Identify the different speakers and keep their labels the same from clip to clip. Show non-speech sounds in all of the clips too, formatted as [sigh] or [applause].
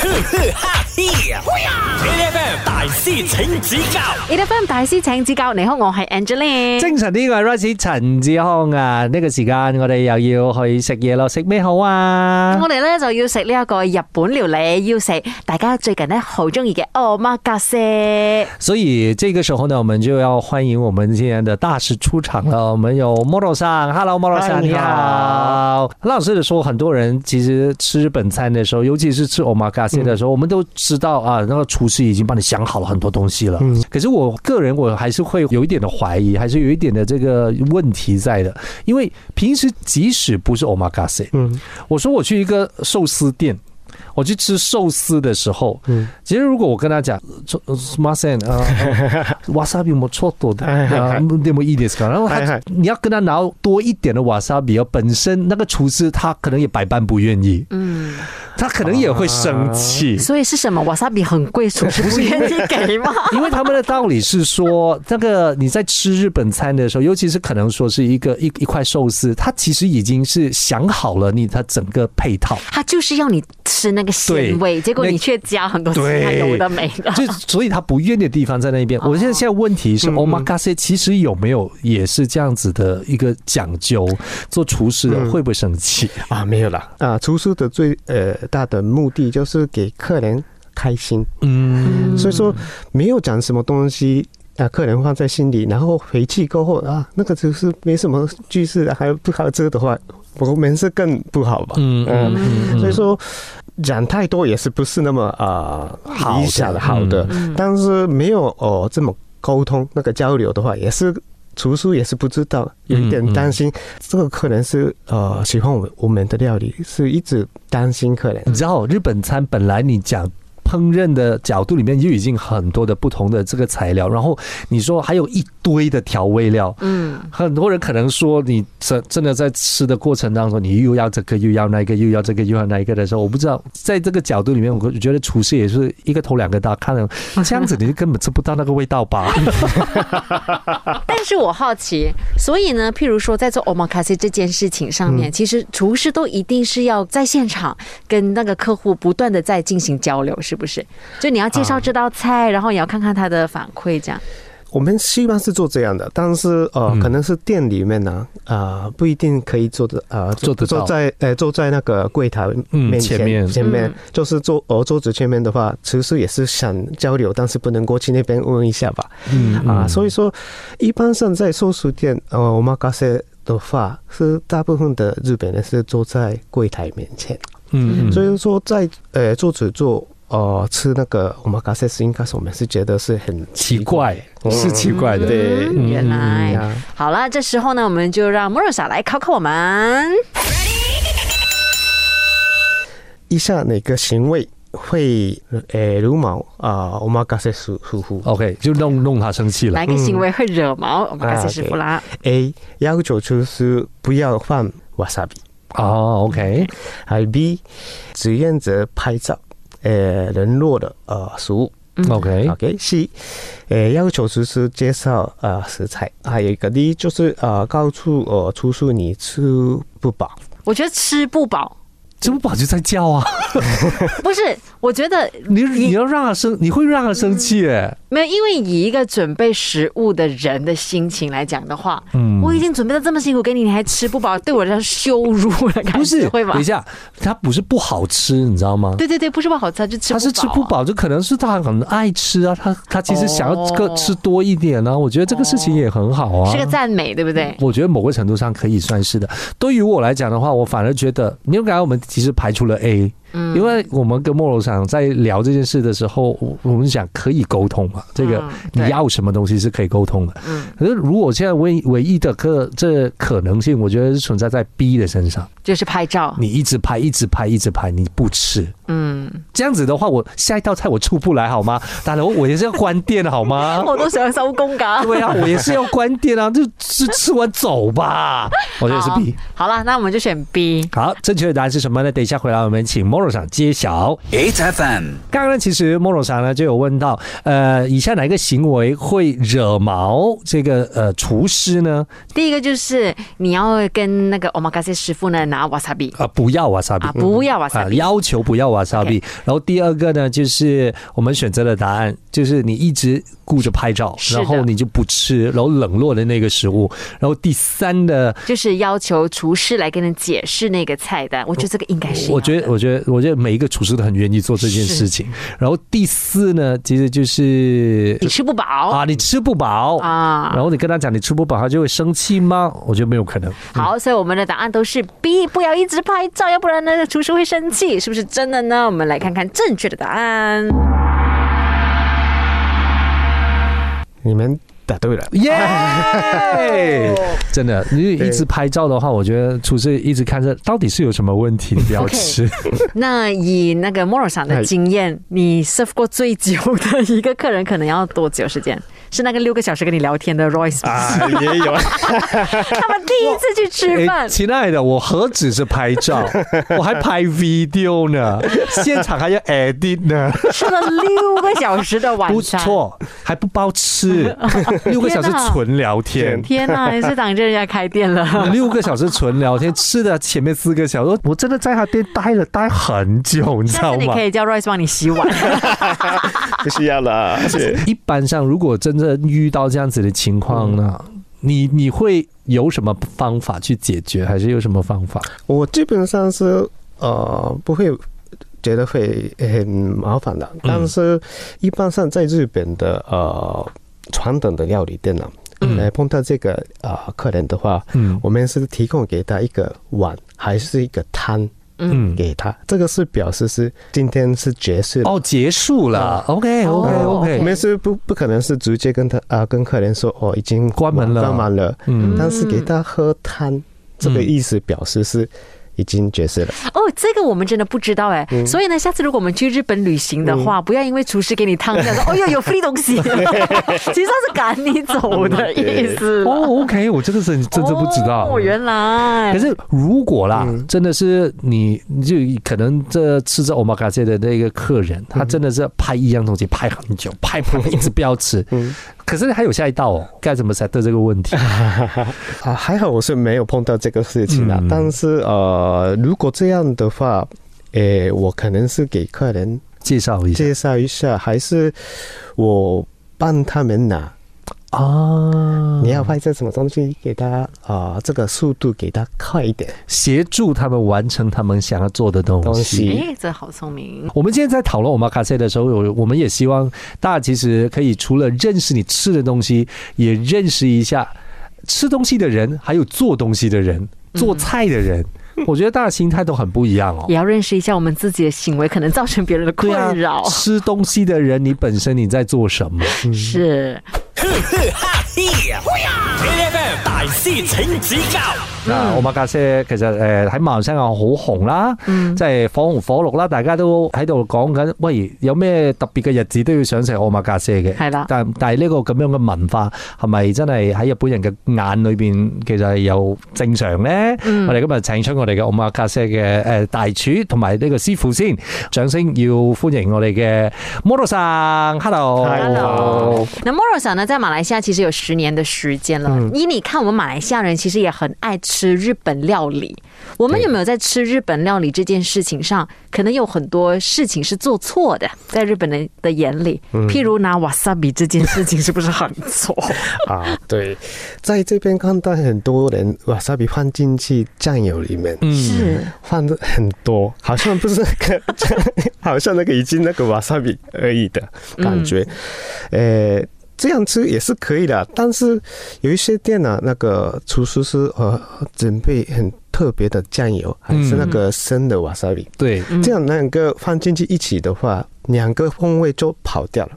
Speaker 1: 呵呵哈嘿，A F M 大師請指教
Speaker 2: ，A F M 大師請指教。你好，我係 Angeline。
Speaker 3: 精神呢個係 Rice 陳志康啊！呢個時間我哋又要去食嘢咯，食咩好啊？
Speaker 2: 我哋咧就要食呢一個日本料理，要食大家最近咧好中意嘅哦 omakase。
Speaker 3: 所以這個時候呢，我們就要歡迎我們今天的大師出場了。我們有 Moro 桑，Hello Moro 桑，你好。老實的說，很多人其實吃日本餐的時候，尤其是吃 omakase
Speaker 4: 嗯
Speaker 3: 的時候，我們都知道啊，那個廚師已經幫你想好了很多東西了。
Speaker 4: 嗯
Speaker 3: 可是我個人我還是會有一點的懷疑，還是有一點的這個問題在的，因為平時即使不是 omakase，
Speaker 4: 嗯
Speaker 3: 我说我去一个寿司店，我去吃寿司的时候，
Speaker 4: 嗯，
Speaker 3: 其实如果我跟他讲，すみません啊 [laughs] ，wasabi もちょっと的，
Speaker 4: 哎
Speaker 3: 啊
Speaker 4: 哎
Speaker 3: でもいいですか？然后
Speaker 4: 哎
Speaker 3: 他
Speaker 4: 哎，
Speaker 3: 你要跟他拿多一点的 wasabi 哦，本身那个厨师他可能也百般不愿意，
Speaker 2: 嗯，
Speaker 3: 他可能也会生气。 [laughs]
Speaker 2: 所以是什麼 wasabi 很貴，是不是不願意給嗎？
Speaker 3: 因为他们的道理是说，那个你在吃日本餐的时候，尤其是可能说是一个一一块寿司，它其实已经是想好了你它整个配套。
Speaker 2: [laughs] 他就是要你吃那個鮮味，
Speaker 3: 對
Speaker 2: 結果你
Speaker 3: 那
Speaker 2: 却加很多其他
Speaker 3: 對
Speaker 2: 有的沒
Speaker 4: [laughs]
Speaker 2: 的。
Speaker 3: 就所以他不愿的地方在那边。我现在现在问题是
Speaker 4: 哦
Speaker 3: 哦
Speaker 4: 嗯嗯
Speaker 3: ，omakase 其实有没有也是这样子的一个讲究？做厨师的
Speaker 4: 嗯
Speaker 3: 会不会生气？
Speaker 4: 啊，没有了啊。厨师的最呃大的目的就是给客人开心，
Speaker 3: 嗯
Speaker 2: 嗯
Speaker 4: 所以说没有讲什么东西。啊，客人放在心里，然后回去过后啊，那个厨师没什么句式，还不好吃的话，我们是更不好吧。
Speaker 3: 嗯嗯嗯，
Speaker 4: 所以说讲太多也是不是那么啊、
Speaker 3: 好的
Speaker 4: 理想的好的，
Speaker 2: 嗯
Speaker 4: 但是没有哦这么沟通那个交流的话，也是厨师也是不知道，有一点担
Speaker 3: 嗯
Speaker 4: 心、这个客人是呃喜欢我们我们的料理，是一直担心客人。
Speaker 3: 你知道日本餐本来你讲。烹饪的角度里面就已经很多的不同的这个材料，然后你说还有一堆的调味料，
Speaker 2: [laughs] 嗯，
Speaker 3: 很多人可能说，你真真的在吃的过程当中，你又要这个又要那个又要这个又要那个的时候，我不知道在这个角度里面，我觉得厨师也是一个头两个大，看了这样子你就根本吃不到那个味道吧？
Speaker 2: [laughs] 但是我好奇，所以呢，譬如说在做 omakase 这件事情上面，其实厨师都一定是要在现场跟那个客户不断的在进行交流，是不是？就你要介绍这道菜，然后你要看看他的反馈，这样。
Speaker 4: 我们希望是做这样的，但是呃，
Speaker 3: 嗯
Speaker 4: 可能是店里面呢啊、呃不一定可以做的啊，
Speaker 3: 做得到
Speaker 4: 坐在呃坐在那个柜台
Speaker 3: 嗯
Speaker 4: 面
Speaker 3: 前面
Speaker 4: 前面、
Speaker 2: 嗯
Speaker 4: 就是坐呃桌子前面的话，厨师也是想交流，但是不能过去那边问一下吧。
Speaker 3: 嗯
Speaker 4: 啊，所
Speaker 3: 以
Speaker 4: 以说一般上在寿司店，呃，我们咖啡的话，是大部分的日本人是坐在柜台面前，
Speaker 3: 嗯
Speaker 4: 所
Speaker 3: 以
Speaker 4: 以说在呃桌子坐呃吃那个我们咖啡是应该是我们是觉得是很
Speaker 3: 奇怪是奇怪的，
Speaker 4: 对
Speaker 2: 嗯原来、
Speaker 4: 呀。
Speaker 2: 好了，这时候呢，我们就让莫若莎来考考我们。
Speaker 4: 以下哪个行为会呃惹毛啊？我们咖啡舒舒服
Speaker 3: OK，就弄弄他生气了
Speaker 2: 哪。一个行为会惹毛我们
Speaker 4: 啊
Speaker 2: 咖啡师傅啦？
Speaker 4: A 要求厨师不要放 wasabi，
Speaker 3: 哦，OK，
Speaker 4: 还有 B 志愿者拍照呃冷落的呃食物。
Speaker 3: OK，
Speaker 4: OK，C，呃，要求厨师介绍呃食材，还有一个 D 就是呃告诉呃厨师你吃不饱，
Speaker 2: 我觉得吃不饱，
Speaker 3: 这不宝就在叫啊！
Speaker 2: 不是，我觉得
Speaker 3: 你你要让他生，你会让他生气哎。
Speaker 2: 没有，因为以一个准备食物的人的心情来讲的话，
Speaker 3: 嗯
Speaker 2: 我已经准备的这么辛苦给你，你还吃不饱，对我来说羞辱的感觉，
Speaker 3: 不是，
Speaker 2: 会吧
Speaker 3: 等一？下，他不是不好吃，你知道吗？
Speaker 2: 对对对，不是不好吃，他就吃
Speaker 3: 他是吃不
Speaker 2: 啊。
Speaker 3: 饱，就可能是他很爱吃啊，他他其实想要
Speaker 2: 哦
Speaker 3: 更吃多一点呢、啊我觉得这个事情也很好啊，
Speaker 2: 是个赞美，对不对？
Speaker 3: 我觉得某个程度上可以算是的。对于我来讲的话，我反而觉得，因为刚才我们其实排除了 A，
Speaker 2: 嗯
Speaker 3: 因为我们跟莫罗厂在聊这件事的时候，我我们讲可以沟通嘛，这个
Speaker 2: 嗯
Speaker 3: 你
Speaker 2: 对
Speaker 3: 要什么东西是可以沟通的。
Speaker 2: 嗯，
Speaker 3: 可是如果现在唯唯一的可这可能性，我觉得是存在在 B 的身上，
Speaker 2: 就是拍照，
Speaker 3: 你一直拍，一直拍，一直拍，你不吃，
Speaker 2: 嗯，
Speaker 3: 这样子的话，我下一道菜我出不来好吗？大佬，我也是要关店好
Speaker 2: [laughs]
Speaker 3: 吗？
Speaker 2: 我都想收工噶。
Speaker 3: 对 [laughs] 啊，我也是要关店啊，就吃吃完走吧。我觉得是 B。
Speaker 2: 好了，那我们就选 B。
Speaker 3: 好，正确的答案是什么呢？等一下回来我们请 Moro Moro 上揭晓。
Speaker 1: ，HFM
Speaker 3: 刚刚其实 Moro 上呢就有问到，呃，以下哪个行为会惹毛这个呃厨师呢？
Speaker 2: 第一个就是你要跟那个 omakase 师傅呢拿 wasabi
Speaker 3: 啊、不要瓦萨比嗯
Speaker 2: 啊，，不要 wasabi，、
Speaker 3: 要求不要瓦萨比
Speaker 2: OK。
Speaker 3: 然后第二个呢，就是我们选择的答案，就是你一直顾着拍照，
Speaker 2: 是的
Speaker 3: 然后你就不吃，然后冷落的那个食物。然后第三的，
Speaker 2: 就是要求厨师来跟你解释那个菜单。我觉得这个应该是
Speaker 3: 我
Speaker 2: 要
Speaker 3: 觉
Speaker 2: 的
Speaker 3: 得，我觉得，我觉得每一个厨师都很愿意做这件
Speaker 2: 是
Speaker 3: 事情。然后第四呢，其实就是
Speaker 2: 你吃不饱
Speaker 3: 啊，你吃不饱。
Speaker 2: 啊。
Speaker 3: 然后你跟他讲你吃不饱，他就会生气吗？我觉得没有可能。
Speaker 2: 好，所以我们的答案都是 B，不要一直拍照，要不然呢厨师会生气，是不是真的呢？我们来看看正确的答
Speaker 3: [laughs]
Speaker 2: 案。
Speaker 4: 你们答对了。
Speaker 3: 耶、 [laughs] 真的，你一直拍照的话，我觉得厨师一直看着到底是有什么问题，不要吃。
Speaker 2: 那以那个莫尔桑的经验，你 serve 过最久的一个客人可能要多久时间？是那个六个小时跟你聊天的 Royce，、
Speaker 4: 啊，也有，
Speaker 2: [laughs] 他们第一次去吃
Speaker 3: [laughs] 哎
Speaker 2: 饭。
Speaker 3: 亲爱的，我何止是拍
Speaker 2: [laughs]
Speaker 3: 照，我还拍 video 呢，现场还要 edit 呢，
Speaker 2: 吃了六个小时的晚
Speaker 3: 不
Speaker 2: 餐，
Speaker 3: 错， [laughs] 还不包
Speaker 2: [laughs]
Speaker 3: 吃，六个小时纯聊天。
Speaker 2: 天哪、你是挡着人家开店了。
Speaker 3: 六个小时纯聊天，吃的前面四个小时，我真的在他店待了待很久，你知
Speaker 2: 下
Speaker 3: 道
Speaker 2: 次你
Speaker 3: 吗
Speaker 2: 可？以叫 Royce 帮你洗碗，
Speaker 4: 不需要了。是
Speaker 3: 一般上，如果真正遇到这样子的情况呢，
Speaker 2: 嗯
Speaker 3: 你你会有什么方法去解决，还是有什么方法？
Speaker 4: 我基本上是呃不会觉得会很麻烦
Speaker 3: 嗯
Speaker 4: 的，但是一般上在日本的呃传统的料理店呢、
Speaker 3: 嗯
Speaker 4: 来碰到这个呃客人的话，
Speaker 3: 嗯
Speaker 4: 我们是提供给他一个碗还是一个汤
Speaker 3: 嗯，
Speaker 4: 给他，这个是表示是今天是爵士。啊
Speaker 3: 哦，结束了，OK OK
Speaker 2: 哦
Speaker 3: OK，
Speaker 4: 我们是不不可能是直接跟他啊、跟客人说哦已经
Speaker 3: 关门了
Speaker 4: 关门了，
Speaker 3: 嗯
Speaker 4: 但是给他喝汤，这个意思表示是已经爵士了。
Speaker 2: 哦，这个我们真的不知道哎。
Speaker 3: 嗯
Speaker 2: 所以呢，下次如果我们去日本旅行的话，不要因为厨师给你烫，
Speaker 3: [laughs]
Speaker 2: 想说哦哟有 free 东西，其实他是赶你走
Speaker 3: [laughs]
Speaker 2: 的意思。
Speaker 3: 哦，OK，我这个是真的不知道。
Speaker 2: 哦，原来嗯
Speaker 3: 可是如果啦，真的是你，你就可能这吃着 omakase 的那个客人，他真的是拍一样东西拍很久，拍拍拍一直不要吃，
Speaker 2: 嗯
Speaker 3: 可是还有下一道哦，该怎么才对这个
Speaker 2: [laughs]
Speaker 3: 问题？
Speaker 4: 啊，还好我是没有碰到这个事情啊。
Speaker 3: 嗯
Speaker 4: 但是呃，如果这样的话，诶、我可能是给客人
Speaker 3: 介绍一下
Speaker 4: 介绍一下，还是我帮他们拿。
Speaker 3: 啊，
Speaker 4: 你要拍这什么东西，给他啊、这个速度给他快一点。
Speaker 3: 协助他们完成他们想要做的东
Speaker 4: 东
Speaker 3: 西
Speaker 4: 西。
Speaker 2: 哎，这好聪明。
Speaker 3: 我们今天在讨论 omakase 的时候，有我们也希望大家其实可以除了认识你吃的东西，也认识一下吃东西的人，还有做东西的人、做菜的
Speaker 2: [laughs]
Speaker 3: 人。我觉得大家心态都很不一样哦。
Speaker 2: 嗯也要认识一下我们自己的行为可能造成别人的
Speaker 3: 对啊
Speaker 2: 困扰，，
Speaker 3: 吃东西的人，你本身你在做什么？
Speaker 2: 是。
Speaker 1: ，HFM 大師請指教
Speaker 3: 嗱，奧馬格些其實誒喺馬來西亞好紅啦，即係火紅火綠啦，大家都喺度講緊，喂，有咩特別嘅日子都要想食奧馬格些嘅。
Speaker 2: 係啦
Speaker 3: 但但係呢個咁樣嘅文化係咪真係喺日本人嘅眼裏邊其實係有正常咧？我哋今日請出我哋嘅奧馬格些嘅誒大廚同埋呢個師傅先，掌聲要歡迎我哋嘅 Moro 生，Hello。哦
Speaker 2: Hello 那 Moro 桑呢，在马来西亚其实有十年的时间了。依你看，我们马来西亚人其实也很爱吃日本料理。我们有没有在吃日本料理这件事情上，可能有很多事情是做错的，在日本人的眼里，譬如拿 wasabi 这件事情是不是很错？
Speaker 4: 啊，对，在这边看到很多人瓦萨比放进去酱油里面，
Speaker 3: 嗯
Speaker 2: 是
Speaker 4: 放的很多，好像不是那个， [laughs] 好像那个已经那个瓦萨比而已的感觉。呃，这样吃也是可以的，但是有一些店呢、啊那个厨师是呃准备很特别的酱油，还是那个生的瓦萨比，
Speaker 3: 對，
Speaker 2: 嗯
Speaker 4: 这样两个放进去一起的话，两个风味就跑掉了。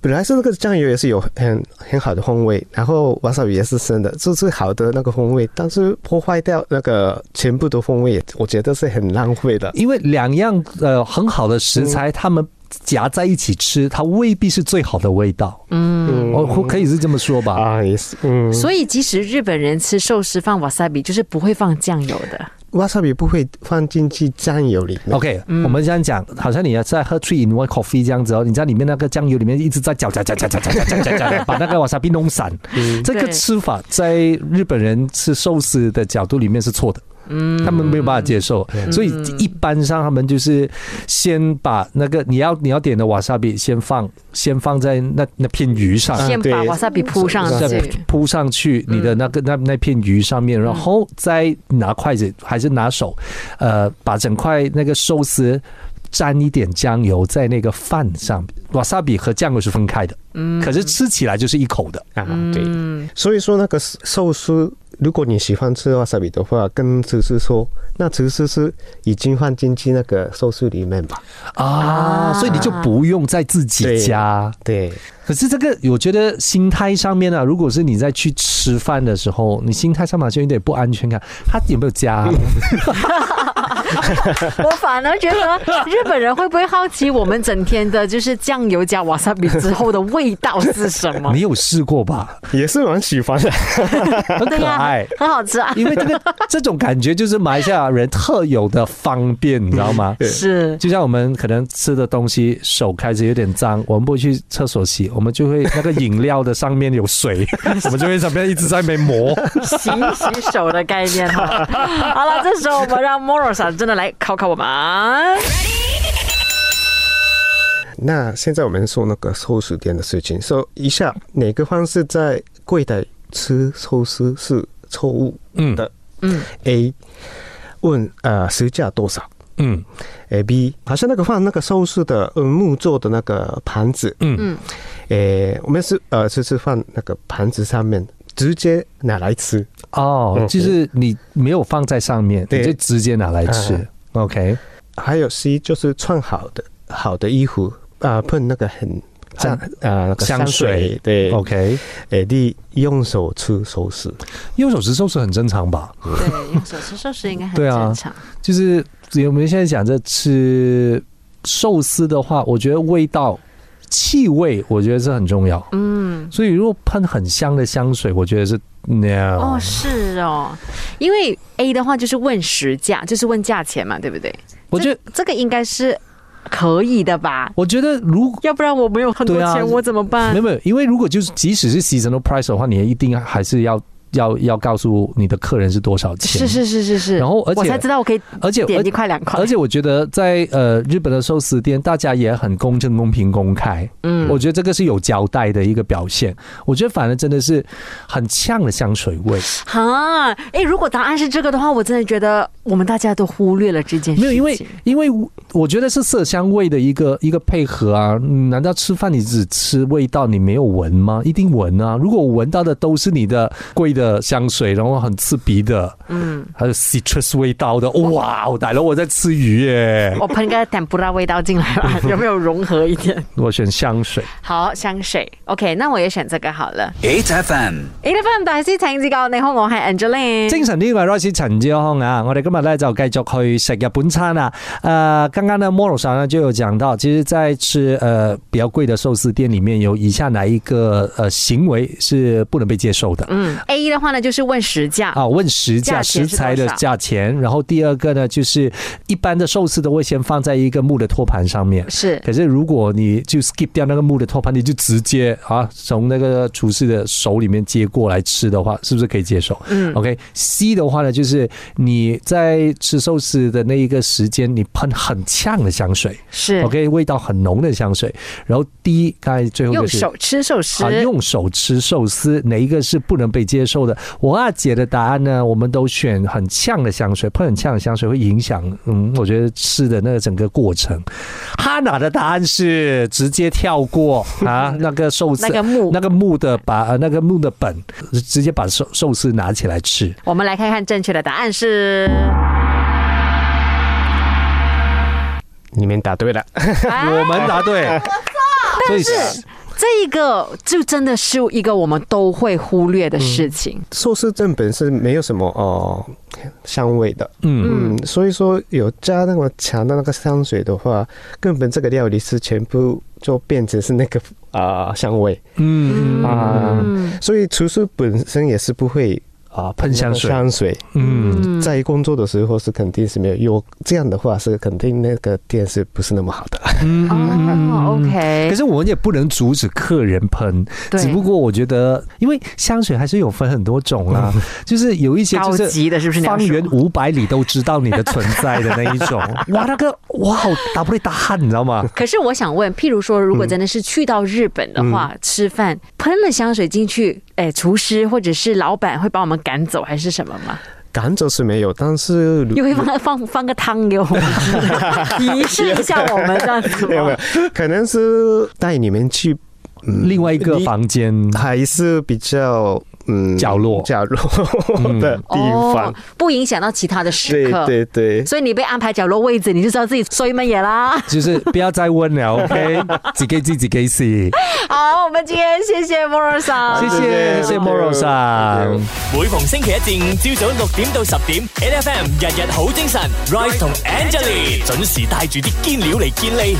Speaker 4: 本来是那个酱油也是有很很好的风味，然后瓦萨比也是生的，这是好的那个风味，但是破坏掉那个全部的风味，我觉得是很浪费的。
Speaker 3: 因为两样呃很好的食材，它们夹在一起吃，它未必是最好的味道。
Speaker 4: 嗯啊
Speaker 3: 哦，可可以是这么说吧？
Speaker 4: 啊，也是，嗯，
Speaker 2: 所以即使日本人吃寿司放 wasabi，就是不会放酱油的。
Speaker 4: wasabi 不会放进去酱油里面。
Speaker 3: OK，、我们这样讲，好像你要在喝 three in one coffee 这样子哦，你在里面那个酱油里面一直在搅搅搅搅搅搅搅搅搅搅，把那个瓦萨比弄散。这个
Speaker 2: 对
Speaker 3: 吃法在日本人吃寿司的角度里面是错的。嗯，他们没有办法接受，所以一般上他们就是先把那个你要你要点的瓦萨比先放，先放在那那片鱼上，
Speaker 4: 啊
Speaker 2: 先把
Speaker 4: 对
Speaker 2: 瓦萨比铺上
Speaker 4: 是
Speaker 3: 再
Speaker 2: 去，
Speaker 3: 啊铺上去你的那个那那片鱼上面，然后再拿筷子还是拿手，呃，把整块那个寿司沾一点酱油在那个饭上。瓦萨比和酱油是分开的，嗯，可是吃起来就是一口的。
Speaker 4: 啊，对，所以说那个寿司，如果你喜欢吃 wasabi 的话，跟厨师说，那厨师是已经放进去那个寿司里面吧？
Speaker 3: 啊，所以你就不用再自己
Speaker 4: 对
Speaker 3: 加。
Speaker 4: 对，
Speaker 3: 可是这个，我觉得心态上面啊，如果是你在去吃饭的时候，你心态上面好像有点不安全感。他有没有加、
Speaker 2: 我反而觉得
Speaker 3: [laughs]
Speaker 2: 日本人会不会好奇我们整天的就是酱油加瓦萨比之后的味道是什么
Speaker 3: 你？有试过吧？
Speaker 4: 也是蛮喜欢的。
Speaker 3: 很可
Speaker 2: 对呀、
Speaker 3: 爱。
Speaker 2: 很好吃啊，
Speaker 3: 因为这
Speaker 4: [laughs]
Speaker 3: 个这种感觉就是马来西亚人特有的方便，你知道吗？
Speaker 4: [laughs] 对
Speaker 2: 是。
Speaker 3: 就像我们可能吃的东西手开始有点脏，我们不会去厕所洗，我们就会那个饮料的上面有
Speaker 4: [laughs]
Speaker 3: 水，我们就会上面一直在那边磨。
Speaker 2: 洗洗手的概念
Speaker 3: [laughs]
Speaker 2: 哈。好了，这时候我们让 Moro 上真的来考考我们。
Speaker 4: [laughs] 那现在我们说那个寿司店的事情，说、一下哪个方式在柜台吃寿司是错误
Speaker 3: 嗯
Speaker 4: 的
Speaker 2: 嗯
Speaker 4: ？A 问呃实价多少？
Speaker 3: 嗯
Speaker 4: 诶 B 好像那个放那个寿司的呃木做的那个盘子，
Speaker 3: 嗯，
Speaker 2: 嗯，
Speaker 4: 诶、我们是呃就是放那个盘子上面，直接拿来吃。
Speaker 3: 哦，
Speaker 4: 嗯
Speaker 3: 就是你没有放在上面，
Speaker 4: 对
Speaker 3: 你就直接拿来吃
Speaker 4: 嗯。
Speaker 3: OK，
Speaker 4: 还有 C 就是穿好的好的衣服啊、喷那个很
Speaker 3: 很
Speaker 4: 香啊、那个
Speaker 3: 香
Speaker 4: 香
Speaker 3: 水
Speaker 4: 水对。
Speaker 3: OK，
Speaker 4: 诶、D 用手吃寿司，
Speaker 3: 右手持寿司很正常吧？
Speaker 2: 对，用手吃寿司应该很
Speaker 3: 对啊
Speaker 2: 正常。
Speaker 3: 就是我们现在讲这吃寿司的话，我觉得味道、气味，我觉得是很重要。
Speaker 2: 嗯，
Speaker 3: 所以如果喷很香的香水，我觉得是 no。
Speaker 2: 哦，是哦，因为 A 的话就是问实价，就是问价钱嘛，对不对？
Speaker 3: 我觉得，
Speaker 2: 这个应该是可以的吧？
Speaker 3: 我觉得如
Speaker 2: 要不然我没有很多
Speaker 3: 对啊
Speaker 2: 钱，我怎么
Speaker 3: 没
Speaker 2: 办
Speaker 3: 有？没有，因为如果就是即使是 seasonal price 的话，你也一定还是要要要告诉你的客人是多少钱。
Speaker 2: 是是是是是，
Speaker 3: 然后而且
Speaker 2: 我才知道我可以
Speaker 3: 而且
Speaker 2: 点一
Speaker 3: 而
Speaker 2: 块两块
Speaker 3: 而。且我觉得在呃日本的寿司店，大家也很公正、公平、公开。
Speaker 2: 嗯
Speaker 3: 我觉得这个是有交代的一个表现。我觉得反而真的是很呛的香水味。
Speaker 2: 哈，哎，如果答案是这个的话，我真的觉得我们大家都忽略了这件事情。
Speaker 3: 没有，因为因为我我觉得是色香味的一个一个配合啊。嗯难道吃饭你只吃味道，你没有闻吗？一定闻啊！如果我闻到的都是你的贵的香水，然后很刺鼻的，
Speaker 2: 嗯，
Speaker 3: 还有 citrus 味道的，哇！我大佬我在吃鱼耶，
Speaker 2: 我喷个 tempura 味道进来
Speaker 3: [laughs]
Speaker 2: 了，有没有融合一点？
Speaker 3: 我选香水。
Speaker 2: 好，香水。OK，那我也选这个好了。
Speaker 1: ，8FM。
Speaker 2: A F M 大師請指教，你好，我係 Angeline。
Speaker 3: 精神呢位 Royce 陳志康啊，我哋今日咧就繼續去食日本餐啊。呃，剛剛呢 m o r o 上呢就有講到，其實在吃呃比較貴的壽司店裡面，有以下哪一個呃行為是不能被接受的？
Speaker 2: 嗯，A 的話呢，就是問時價。
Speaker 3: 啊，问食价
Speaker 2: 价钱
Speaker 3: 食
Speaker 2: 是
Speaker 3: 材的
Speaker 2: 多少
Speaker 3: 价钱，然后第二个呢，就是一般的寿司都会先放在一个木的托盘上面。
Speaker 2: 是
Speaker 3: 可是如果你就 skip 掉那个木的托盘，你就直接啊从那个厨师的手里面接过来吃的话，是不是可以接受？
Speaker 2: 嗯
Speaker 3: ，OK，C 的话呢，就是你在吃寿司的那一个时间，你喷很呛的香水
Speaker 2: 是
Speaker 3: ，OK，味道很浓的香水。然后 D 刚才最后就
Speaker 2: 用
Speaker 3: 是
Speaker 2: 手吃寿司。
Speaker 3: 啊，用手吃寿司哪一个是不能被接受的？我阿姐的答案呢，我们都选很呛的香水，喷很呛的香水会影响，嗯，我觉得吃的那个整个过程。 [laughs] 哈娜的答案是直接跳过啊，那个寿
Speaker 2: [laughs]
Speaker 3: 司
Speaker 2: 那个木
Speaker 3: 那个木的把呃那个木的本，直接把寿寿司拿起来吃。
Speaker 2: 我们来看看正确的答案
Speaker 3: [laughs]
Speaker 2: 是。
Speaker 4: 你们答对了。
Speaker 3: 我
Speaker 2: 啊
Speaker 3: 们答对，所以
Speaker 2: 这一个就真的是一个我们都会忽略
Speaker 3: 嗯
Speaker 2: 的事情。
Speaker 4: 寿司正本是没有什么哦、呃、香味的，
Speaker 3: 嗯。
Speaker 4: 嗯，所以说有加那么强的那个香水的话，根本这个料理是全部就变成是那个啊、呃香味
Speaker 3: 嗯
Speaker 4: 啊、所以厨师本身也是不会
Speaker 3: 啊，喷香水，
Speaker 4: 香水，
Speaker 3: 嗯，
Speaker 4: 嗯，在工作的时候是肯定是没有，有这样的话是肯定那个店是不是那么好的。 [laughs]
Speaker 3: 嗯
Speaker 2: 哦
Speaker 3: 可
Speaker 2: ，OK，
Speaker 3: 是我们也不能阻止客人喷，
Speaker 2: 对
Speaker 3: 只不过我觉得，因为香水还是有分很多
Speaker 2: [laughs]
Speaker 3: 种啦、就是有一些
Speaker 2: 高
Speaker 3: 就是
Speaker 2: 级的是不是？
Speaker 3: 方圆
Speaker 2: 五
Speaker 3: 五百里都知道你的存在的那一
Speaker 2: [laughs]
Speaker 3: 种，哇，那个哇，好打不累大汗，你知道吗？
Speaker 2: 可是我想问，譬如说，如
Speaker 3: 嗯
Speaker 2: 果真的是去到日本的话，吃饭喷了香水进去，哎，厨师或者是老板会把我们赶走还是什么吗？
Speaker 4: 赶走是没有，但是
Speaker 3: 嗯
Speaker 4: 如
Speaker 2: 又会放放放个汤给我 [laughs]
Speaker 3: [laughs]
Speaker 2: 们吃，提示一下我们这样子
Speaker 4: 没有没
Speaker 2: 吗？
Speaker 4: 有，可能是带你们去，嗯
Speaker 3: 另外一个
Speaker 4: 你
Speaker 3: 房间，
Speaker 4: 还是比较嗯
Speaker 3: 角落嗯
Speaker 4: 角落的地方。
Speaker 2: 哦，不影响到其他的食
Speaker 4: 对
Speaker 2: 客。
Speaker 4: 对对，
Speaker 2: 所以你被安排角落位置，你就知道自己衰乜嘢啦。
Speaker 3: [laughs]
Speaker 2: [laughs]
Speaker 3: 就是不要再问了，OK，自己自己给死，
Speaker 2: 好，我们今天谢谢莫尔桑，
Speaker 3: 谢谢谢谢 Moro 上。
Speaker 1: 每逢星期一至五朝早六點到十點，N F M 日日好精神，Rise 同 Angelie 準時帶住啲堅料嚟健利。